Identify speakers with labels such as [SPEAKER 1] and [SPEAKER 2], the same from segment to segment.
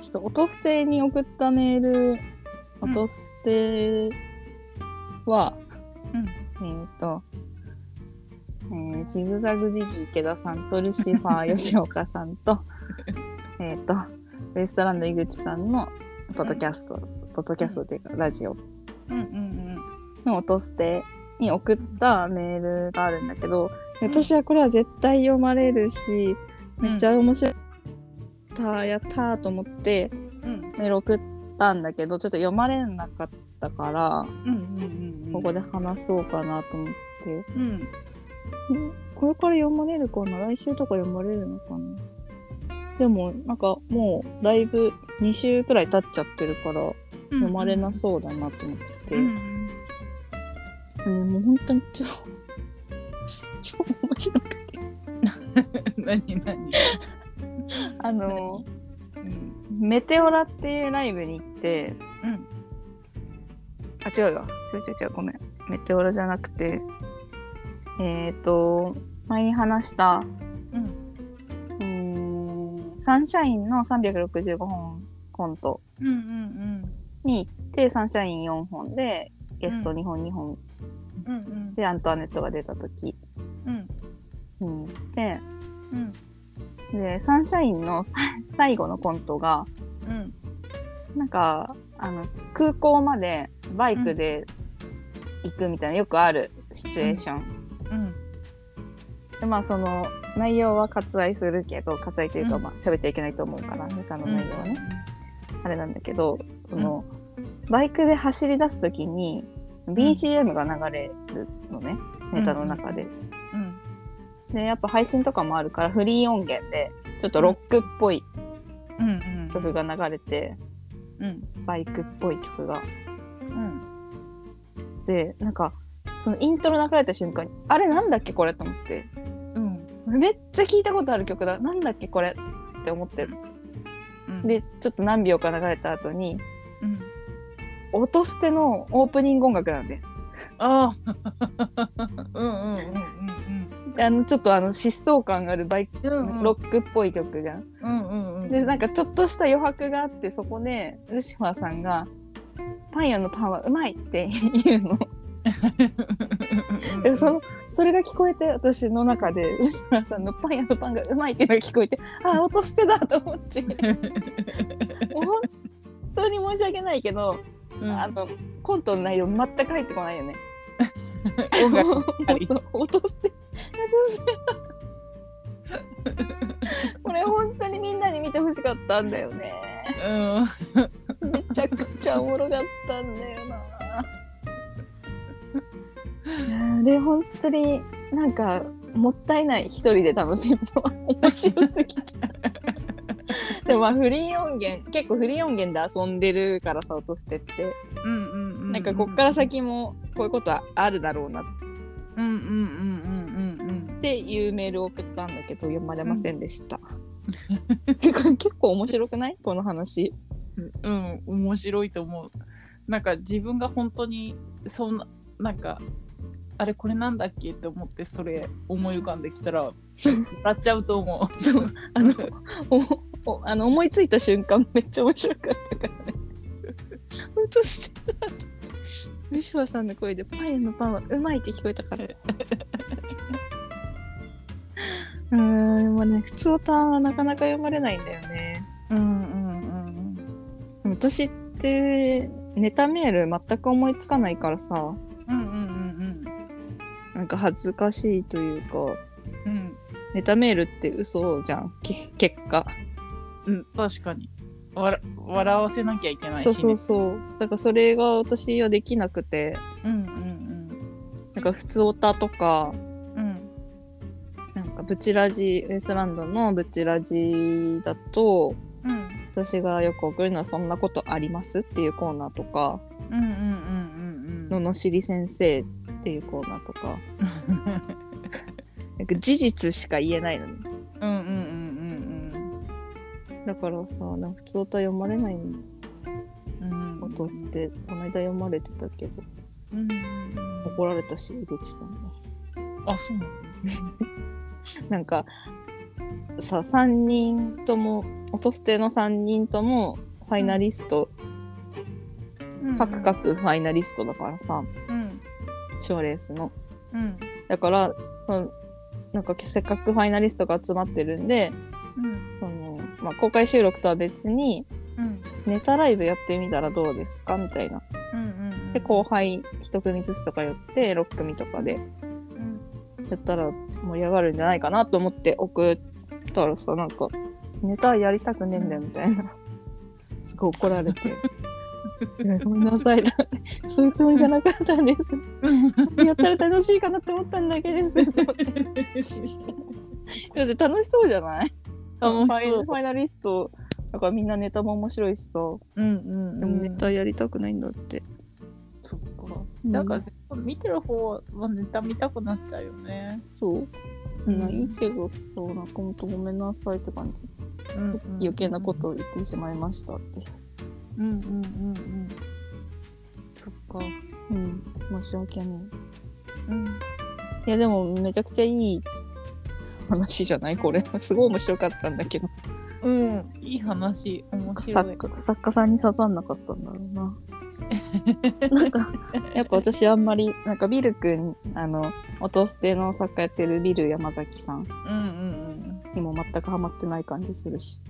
[SPEAKER 1] そう、音捨てに送ったメール、
[SPEAKER 2] うん
[SPEAKER 1] 音捨ては、
[SPEAKER 2] うん
[SPEAKER 1] えっ、と、えージグザグジギー池田さんとルシファー吉岡さん と、えっと、ウエストランド井口さんのポッドキャスト、ポッドキャストというか、ラジオ
[SPEAKER 2] うんうん
[SPEAKER 1] の音捨てに送ったメールがあるんだけど、私はこれは絶対読まれるし、めっちゃ面白い。たーやったーと思って
[SPEAKER 2] うんうん
[SPEAKER 1] メール送ったんだけどちょっと読まれなかったから、
[SPEAKER 2] うんうんうん
[SPEAKER 1] ここで話そうかなと思って、
[SPEAKER 2] うん
[SPEAKER 1] これから読まれるかな来週とか読まれるのかなでもなんかもうだいぶ2週くらい経っちゃってるから読まれなそうだなと思って、
[SPEAKER 2] うんうん
[SPEAKER 1] ねもう本当に超 超面白くて
[SPEAKER 2] うん何何
[SPEAKER 1] あの
[SPEAKER 2] うん
[SPEAKER 1] メテオラっていうライブに行って
[SPEAKER 2] うん
[SPEAKER 1] あ、違うよ。違う違う違う。ごめん。メテオラじゃなくて。えっ、ー、と、前に話した、
[SPEAKER 2] うん
[SPEAKER 1] うーんサンシャインの365本コント
[SPEAKER 2] うんうん
[SPEAKER 1] に行って、サンシャイン4本で、ゲスト2本2本
[SPEAKER 2] うんうん
[SPEAKER 1] で、アントワネットが出た時
[SPEAKER 2] うん
[SPEAKER 1] に行って、
[SPEAKER 2] うん
[SPEAKER 1] で、サンシャインのさ最後のコントが、
[SPEAKER 2] うん
[SPEAKER 1] なんか、あの、空港までバイクで行くみたいな、よくあるシチュエーション。
[SPEAKER 2] うん
[SPEAKER 1] でまあその内容は割愛するけど割愛というか
[SPEAKER 2] うん
[SPEAKER 1] まあ喋っちゃいけないと思うからネタの
[SPEAKER 2] うん
[SPEAKER 1] 内容はね、あれなんだけどその、バイクで走り出す時に BGM が流れるのね、ネタの中で。
[SPEAKER 2] うん
[SPEAKER 1] でやっぱ配信とかもあるからフリー音源でちょっとロックっぽい
[SPEAKER 2] うんうん
[SPEAKER 1] 曲が流れて、
[SPEAKER 2] うん
[SPEAKER 1] バイクっぽい曲が。
[SPEAKER 2] うん
[SPEAKER 1] でなんかそのイントロ流れた瞬間にあれなんだっけこれと思って
[SPEAKER 2] うん
[SPEAKER 1] めっちゃ聞いたことある曲だなんだっけこれって思って
[SPEAKER 2] うん
[SPEAKER 1] でちょっと何秒か流れた後に
[SPEAKER 2] うん
[SPEAKER 1] 音捨てのオープニング音楽なんで
[SPEAKER 2] ああうんうんうんうん
[SPEAKER 1] であのちょっとあの疾走感があるバイク、
[SPEAKER 2] うんうん
[SPEAKER 1] ロックっぽい曲じゃん。
[SPEAKER 2] うんうんうん
[SPEAKER 1] でなんかちょっとした余白があってそこでルシファーさんが「パン屋のパンはうまい!」って言うの。でそのそれが聞こえて私の中で ルシファーさんの「パン屋のパンがうまい!」っていうのが聞こえてあ音捨てだと思ってもう本当に申し訳ないけど、
[SPEAKER 2] うん
[SPEAKER 1] あのコントの内容全く入ってこないよね。
[SPEAKER 2] 音楽
[SPEAKER 1] もう そう落と してこれ本当にみんなに見てほしかったんだよね
[SPEAKER 2] うん
[SPEAKER 1] めちゃくちゃおもろかったんだよなあれ本当になんかもったいない一人で楽しむのは面白すぎたでもまあフリー音源結構フリー音源で遊んでるからさ落としてって
[SPEAKER 2] うんうんうん
[SPEAKER 1] なんかこっから先もこういうことはあるだろうなっ
[SPEAKER 2] うんうんうんうんうん
[SPEAKER 1] っていうメールを送ったんだけど読まれませんでした。 結構面白くないこの話。
[SPEAKER 2] うんうん面白いと思うなんか自分が本当にそんななんかあれこれなんだっけって思ってそれ思い浮かんできたら
[SPEAKER 1] そう
[SPEAKER 2] 笑っちゃうと思う
[SPEAKER 1] そうあのおおあの思いついた瞬間めっちゃ面白かったからね。 本当してた。西和さんの声でパン屋のパンはうまいって聞こえたから。う ーんまあね普通のターンはなかなか読まれないんだよね。
[SPEAKER 2] うんうん
[SPEAKER 1] でも私ってネタメール全く思いつかないからさ
[SPEAKER 2] うんうんうん
[SPEAKER 1] なんか恥ずかしいというか。
[SPEAKER 2] うんうん
[SPEAKER 1] ネタメールって嘘じゃんけ結果、
[SPEAKER 2] うん確かにわら笑わせなきゃいけないし、
[SPEAKER 1] そ
[SPEAKER 2] ね、
[SPEAKER 1] うそうそうだからそれが私はできなくて
[SPEAKER 2] うんうん
[SPEAKER 1] なんか普通オタとか
[SPEAKER 2] うんうん
[SPEAKER 1] なんかブチラジウエストランドのブチラジだと
[SPEAKER 2] うん
[SPEAKER 1] 私がよく送るのは「そんなことあります?」っていうコーナーとか
[SPEAKER 2] うんうんうん
[SPEAKER 1] 「
[SPEAKER 2] うんう
[SPEAKER 1] の
[SPEAKER 2] ん
[SPEAKER 1] のしり先生」っていうコーナーとかなんか事実しか言えないのに
[SPEAKER 2] うんうんうん
[SPEAKER 1] だからさなんか普通オタ読まれないの
[SPEAKER 2] うんうん
[SPEAKER 1] ことをしてこの間読まれてたけど
[SPEAKER 2] うん
[SPEAKER 1] 怒られたし井口さんに。
[SPEAKER 2] あそうなの
[SPEAKER 1] なんかさ3人とも音捨ての3人ともファイナリスト、各各ファイナリストだからさ
[SPEAKER 2] うん
[SPEAKER 1] 賞レースの
[SPEAKER 2] うん
[SPEAKER 1] だからそのなんかせっかくファイナリストが集まってるんで
[SPEAKER 2] うん
[SPEAKER 1] その、まあ、公開収録とは別に
[SPEAKER 2] うん
[SPEAKER 1] ネタライブやってみたらどうですかみたいな
[SPEAKER 2] うんうん
[SPEAKER 1] で後輩1組ずつとか寄って6組とかで
[SPEAKER 2] うん
[SPEAKER 1] やったら盛り上がるんじゃないかなと思って送ったらさなんかネタやりたくねえんだよみたいなすごい怒られてごめんなさい そういうつもりじゃなかったんですやったら楽しいかなと思ったんだけですだって 楽しそうじゃない
[SPEAKER 2] 楽しそう
[SPEAKER 1] ファイファイナリストだからみんなネタも面白いしさ
[SPEAKER 2] うんうん
[SPEAKER 1] でもネタやりたくないんだって、
[SPEAKER 2] そっかなんか見てる方はネタ見たくなっちゃうよね
[SPEAKER 1] そう
[SPEAKER 2] う
[SPEAKER 1] うんん、いいけどそうなんか本当ごめんなさいって感じ余計なことを言ってしまいましたって
[SPEAKER 2] うんうんうんうんそっか
[SPEAKER 1] うん、申し訳ない。
[SPEAKER 2] うん
[SPEAKER 1] いや、でも、めちゃくちゃいい話じゃないこれ。すごい面白かったんだけど。
[SPEAKER 2] うんいい話面白
[SPEAKER 1] 作
[SPEAKER 2] い
[SPEAKER 1] 家作家さんに刺さんなかったんだろうな。なんか、やっぱ私あんまり、なんかビル君、あの、音捨ての作家やってるビル山崎さん
[SPEAKER 2] うんうん
[SPEAKER 1] にも全くハマってない感じするし、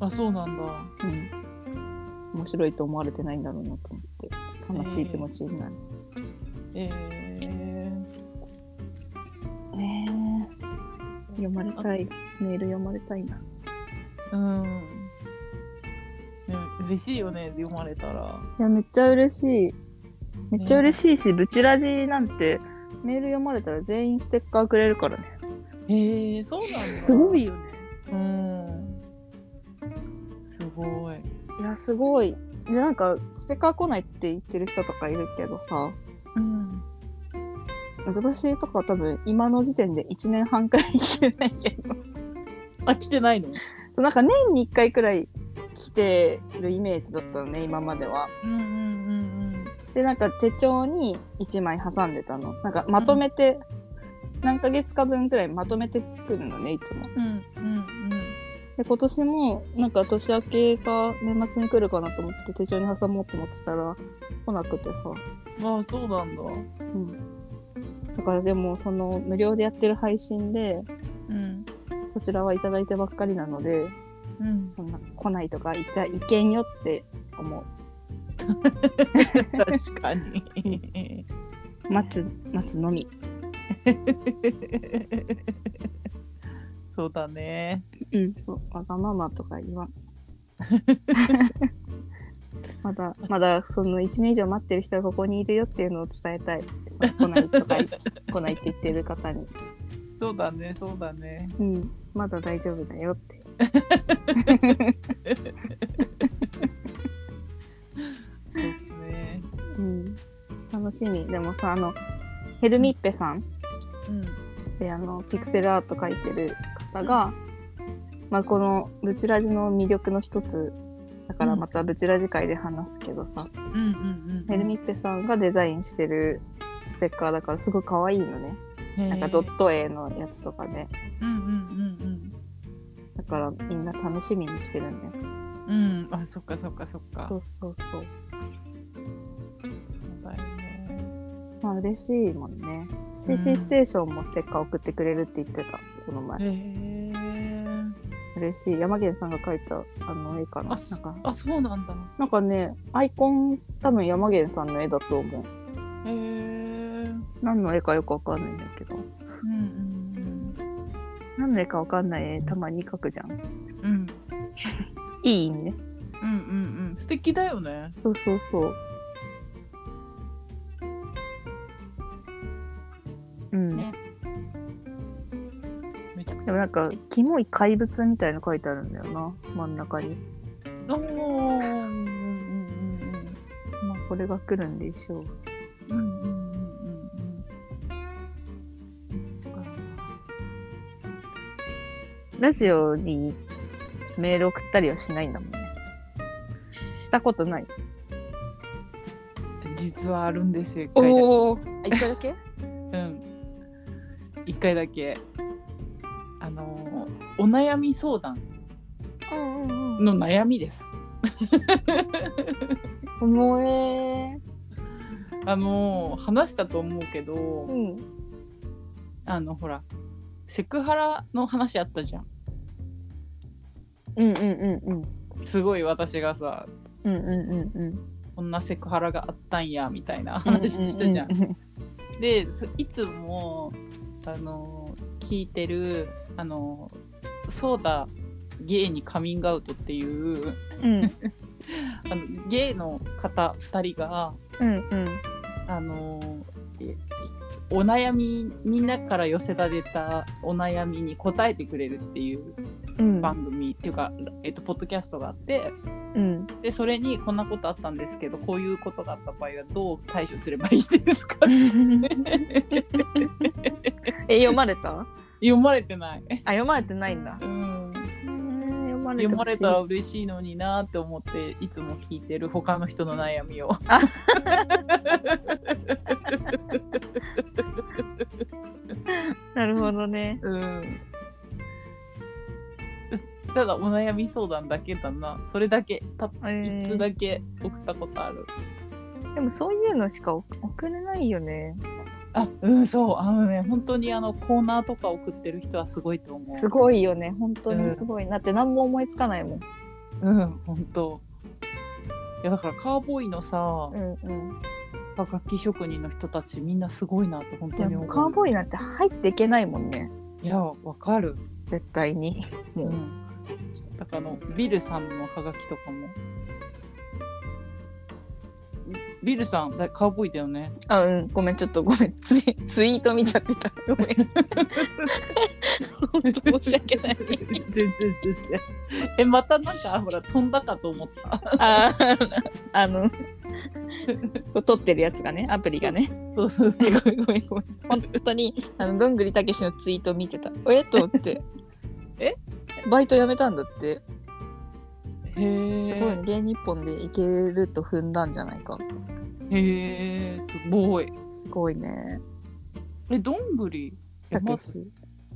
[SPEAKER 2] うんあそうなんだ
[SPEAKER 1] うん。面白いと思われてないんだろうなと思って、悲しい気持ちになる。
[SPEAKER 2] えー、そっ
[SPEAKER 1] ねえ読まれたい。メール読まれたいな。
[SPEAKER 2] かうんね嬉しいよね読まれたら
[SPEAKER 1] いやめっちゃ嬉しいめっちゃ嬉しいし、ブチラジなんてメール読まれたら全員ステッカーくれるからね
[SPEAKER 2] へえそうなんだ
[SPEAKER 1] すごいよね
[SPEAKER 2] うんすごい
[SPEAKER 1] いやすごいでなんかステッカー来ないって言ってる人とかいるけどさ
[SPEAKER 2] うん
[SPEAKER 1] 私とかは多分今の時点で1年半くらい来てないけど
[SPEAKER 2] あ来てないの
[SPEAKER 1] そうなんか年に1回くらい来てるイメージだったのね今までは
[SPEAKER 2] うんうんうん
[SPEAKER 1] でなんか手帳に1枚挟んでたのなんかまとめて、何ヶ月か分くらいまとめてくるのねいつも
[SPEAKER 2] うんうんうん
[SPEAKER 1] で今年もなんか年明けか年末に来るかなと思って手帳に挟もうと思ってたら来なくてさ、
[SPEAKER 2] うんあそうなんだ
[SPEAKER 1] うん、だからでもその無料でやってる配信で
[SPEAKER 2] うん
[SPEAKER 1] こちらはいただいてばっかりなので
[SPEAKER 2] うん
[SPEAKER 1] そんな来ないとか言っちゃいけんよって思
[SPEAKER 2] 確かに
[SPEAKER 1] う待つ待つのみ
[SPEAKER 2] そうだね
[SPEAKER 1] うんそうわがままとか言わ んまだまだその1年以上待ってる人がここにいるよっていうのを伝えたいその来ないとか言 っ来ないって言ってる方に
[SPEAKER 2] そうだねそうだね
[SPEAKER 1] うん、まだ大丈夫だよって。
[SPEAKER 2] そうね
[SPEAKER 1] うん、楽しみ。でもさ、あの、ヘルミッペさん
[SPEAKER 2] うん
[SPEAKER 1] って、あの、ピクセルアート描いてる方が、まあ、この、ブチラジの魅力の一つ、だから
[SPEAKER 2] うん
[SPEAKER 1] またブチラジ会で話すけどさ、
[SPEAKER 2] うんうんうん
[SPEAKER 1] ヘルミッペさんがデザインしてるステッカーだからすごい可愛いのね。なんかドット絵のやつとかね。
[SPEAKER 2] うんうん
[SPEAKER 1] だからみんな楽しみにしてるんだよ。
[SPEAKER 2] うんうんうんあそっかそっかそっか
[SPEAKER 1] そうそうそう。
[SPEAKER 2] そうだよね
[SPEAKER 1] まあ嬉しいもんね。
[SPEAKER 2] う
[SPEAKER 1] CC
[SPEAKER 2] ん
[SPEAKER 1] ステーションもステッカー送ってくれるって言ってた、この前。
[SPEAKER 2] へえ
[SPEAKER 1] 嬉しい。山源さんが描いたあの絵かな。
[SPEAKER 2] あ
[SPEAKER 1] なんか
[SPEAKER 2] あそうなんだ
[SPEAKER 1] なんかね、アイコン、多分山源さんの絵だと思う。
[SPEAKER 2] へえうん
[SPEAKER 1] 何の絵かよくわかんないんだけど。
[SPEAKER 2] うん
[SPEAKER 1] 何の絵かわかんない絵たまに描くじゃん。
[SPEAKER 2] うんうん
[SPEAKER 1] いい意味ね。
[SPEAKER 2] うんうんうん素敵だよね
[SPEAKER 1] そうそうそう。うん、
[SPEAKER 2] ねめちゃくち
[SPEAKER 1] で
[SPEAKER 2] ゃ
[SPEAKER 1] もなんか、キモい怪物みたいの書いてあるんだよな、真ん中に。
[SPEAKER 2] おーうんうん
[SPEAKER 1] まあ、これが来るんでしょう。
[SPEAKER 2] うんうんうんうんうんそっか
[SPEAKER 1] ラジオにメール送ったりはしないんだもんね。したことない。
[SPEAKER 2] 実はあるんですよ一回だけ
[SPEAKER 1] おお。一回だけ？
[SPEAKER 2] うん一回だけあのーお悩み相談
[SPEAKER 1] うんうん
[SPEAKER 2] の悩みです。
[SPEAKER 1] うん。萌え。
[SPEAKER 2] あのー話したと思うけど
[SPEAKER 1] うん。
[SPEAKER 2] あのほらセクハラの話あったじゃん
[SPEAKER 1] うんうんうんうん。
[SPEAKER 2] すごい私がさ
[SPEAKER 1] うんうんうんうん。
[SPEAKER 2] こんなセクハラがあったんやみたいな話したじゃん。
[SPEAKER 1] うん
[SPEAKER 2] ですいつもあの聞いてるあのそうだゲイにカミングアウトっていう
[SPEAKER 1] うんうん。
[SPEAKER 2] あのゲイの方2人が
[SPEAKER 1] うんうん。
[SPEAKER 2] あのえお悩みみんなから寄せられたお悩みに答えてくれるっていう
[SPEAKER 1] うん
[SPEAKER 2] 番組っていうか、えっと、ポッドキャストがあって
[SPEAKER 1] うん。
[SPEAKER 2] でそれにこんなことあったんですけどこういうことがあった場合はどう対処すればいいですか
[SPEAKER 1] え、読まれた。あ、
[SPEAKER 2] 読まれてない。
[SPEAKER 1] 読まれてないんだ。
[SPEAKER 2] うん
[SPEAKER 1] 読ま
[SPEAKER 2] 読まれたら嬉しいのになって思っていつも聞いてる他の人の悩みを。
[SPEAKER 1] なるほどね。
[SPEAKER 2] うん、ただお悩み相談だけだなそれだけたっ
[SPEAKER 1] えー
[SPEAKER 2] 一通だけ送ったことある。
[SPEAKER 1] でもそういうのしか送送れないよね。
[SPEAKER 2] あうんそうあのね本当にあのコーナーとか送ってる人はすごいと思う。
[SPEAKER 1] すごいよね。本当にすごい。だって何も思いつかないもん。
[SPEAKER 2] うん本当いやだからカーボーイのさ
[SPEAKER 1] うんうん。
[SPEAKER 2] 楽器職人の人たちみんなすごいなって本当
[SPEAKER 1] で
[SPEAKER 2] に
[SPEAKER 1] も
[SPEAKER 2] 思う。
[SPEAKER 1] カーボーイなんて入っていけないもんね。
[SPEAKER 2] いやわかる。
[SPEAKER 1] 絶対に。う
[SPEAKER 2] だからあのビルさんのハガキとかもビルさんだカウボーイだ よね
[SPEAKER 1] あ、うん。ごめん。ちょっとごめん。ツイツイート見ちゃって た。ごめん。本当申し訳ない。
[SPEAKER 2] 全然全然えまたなんかほら飛んだかと思った
[SPEAKER 1] あーあの、撮ってるやつがね、アプリがね。
[SPEAKER 2] そうそうそう
[SPEAKER 1] ごめんごめんごめん。本当に、あの、どんぐりたけしのツイート見てた。えっと思 って。
[SPEAKER 2] え
[SPEAKER 1] バイト辞めたんだって。
[SPEAKER 2] へえ
[SPEAKER 1] すごい、芸日本でいけると踏んだんじゃないか。
[SPEAKER 2] へえすごい
[SPEAKER 1] すごいね。
[SPEAKER 2] えどんぐり
[SPEAKER 1] たけ
[SPEAKER 2] 山
[SPEAKER 1] し。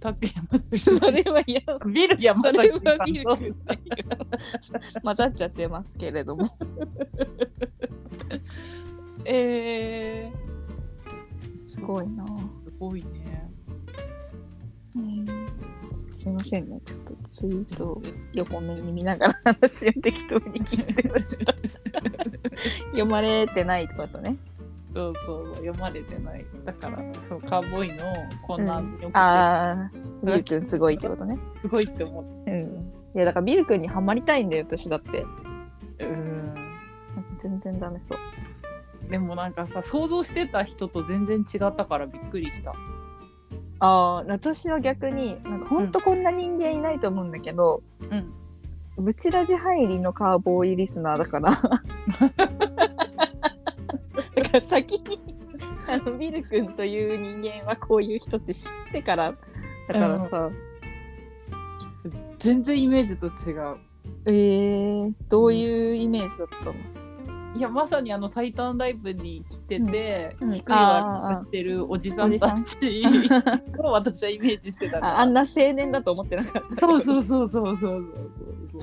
[SPEAKER 2] 竹山
[SPEAKER 1] それは嫌だ。
[SPEAKER 2] ビル山
[SPEAKER 1] そ
[SPEAKER 2] 崎
[SPEAKER 1] れ
[SPEAKER 2] さん
[SPEAKER 1] は見る
[SPEAKER 2] と
[SPEAKER 1] 混ざっちゃってますけれど も。
[SPEAKER 2] え
[SPEAKER 1] すごいな。
[SPEAKER 2] ー、すごいね
[SPEAKER 1] すいませんね。ちょっとツイートを横目に見ながら話を適当に聞いてました。読まれてないってことね。
[SPEAKER 2] そうそう読まれてないだからそうカウボーイのこんな、
[SPEAKER 1] うんああ、
[SPEAKER 2] うん
[SPEAKER 1] ビル君すごいってことね。
[SPEAKER 2] すごいって思っ
[SPEAKER 1] うん。いやだからビル君にはまりたいんだよ、私だって。
[SPEAKER 2] てうん
[SPEAKER 1] 全然ダメそう。
[SPEAKER 2] でもなんかさ想像してた人と全然違ったからびっくりした
[SPEAKER 1] ああ、私は逆に、なんかほんとこんな人間いないと思うんだけど、
[SPEAKER 2] うん
[SPEAKER 1] ブチラジ入りのカーボーイリスナーだ から。だから先に、あの、ビル君という人間はこういう人って知ってから、だからさ、
[SPEAKER 2] 全然イメージと違う
[SPEAKER 1] えー、どういうイメージだったの
[SPEAKER 2] いやまさにあの「タイタンライブ」に来てて、
[SPEAKER 1] うんうん
[SPEAKER 2] 低い笑いしてるおじさんたちを私はイメージしてたか
[SPEAKER 1] ああん
[SPEAKER 2] ら
[SPEAKER 1] な青年だと思ってなかった。
[SPEAKER 2] そうそうそうそうそうそうそう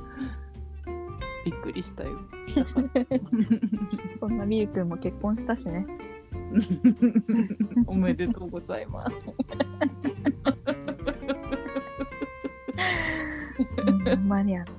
[SPEAKER 2] びっくりしたよ
[SPEAKER 1] そんなミル君も結婚したし ね。
[SPEAKER 2] おめでとうございます
[SPEAKER 1] うん、マリアンね。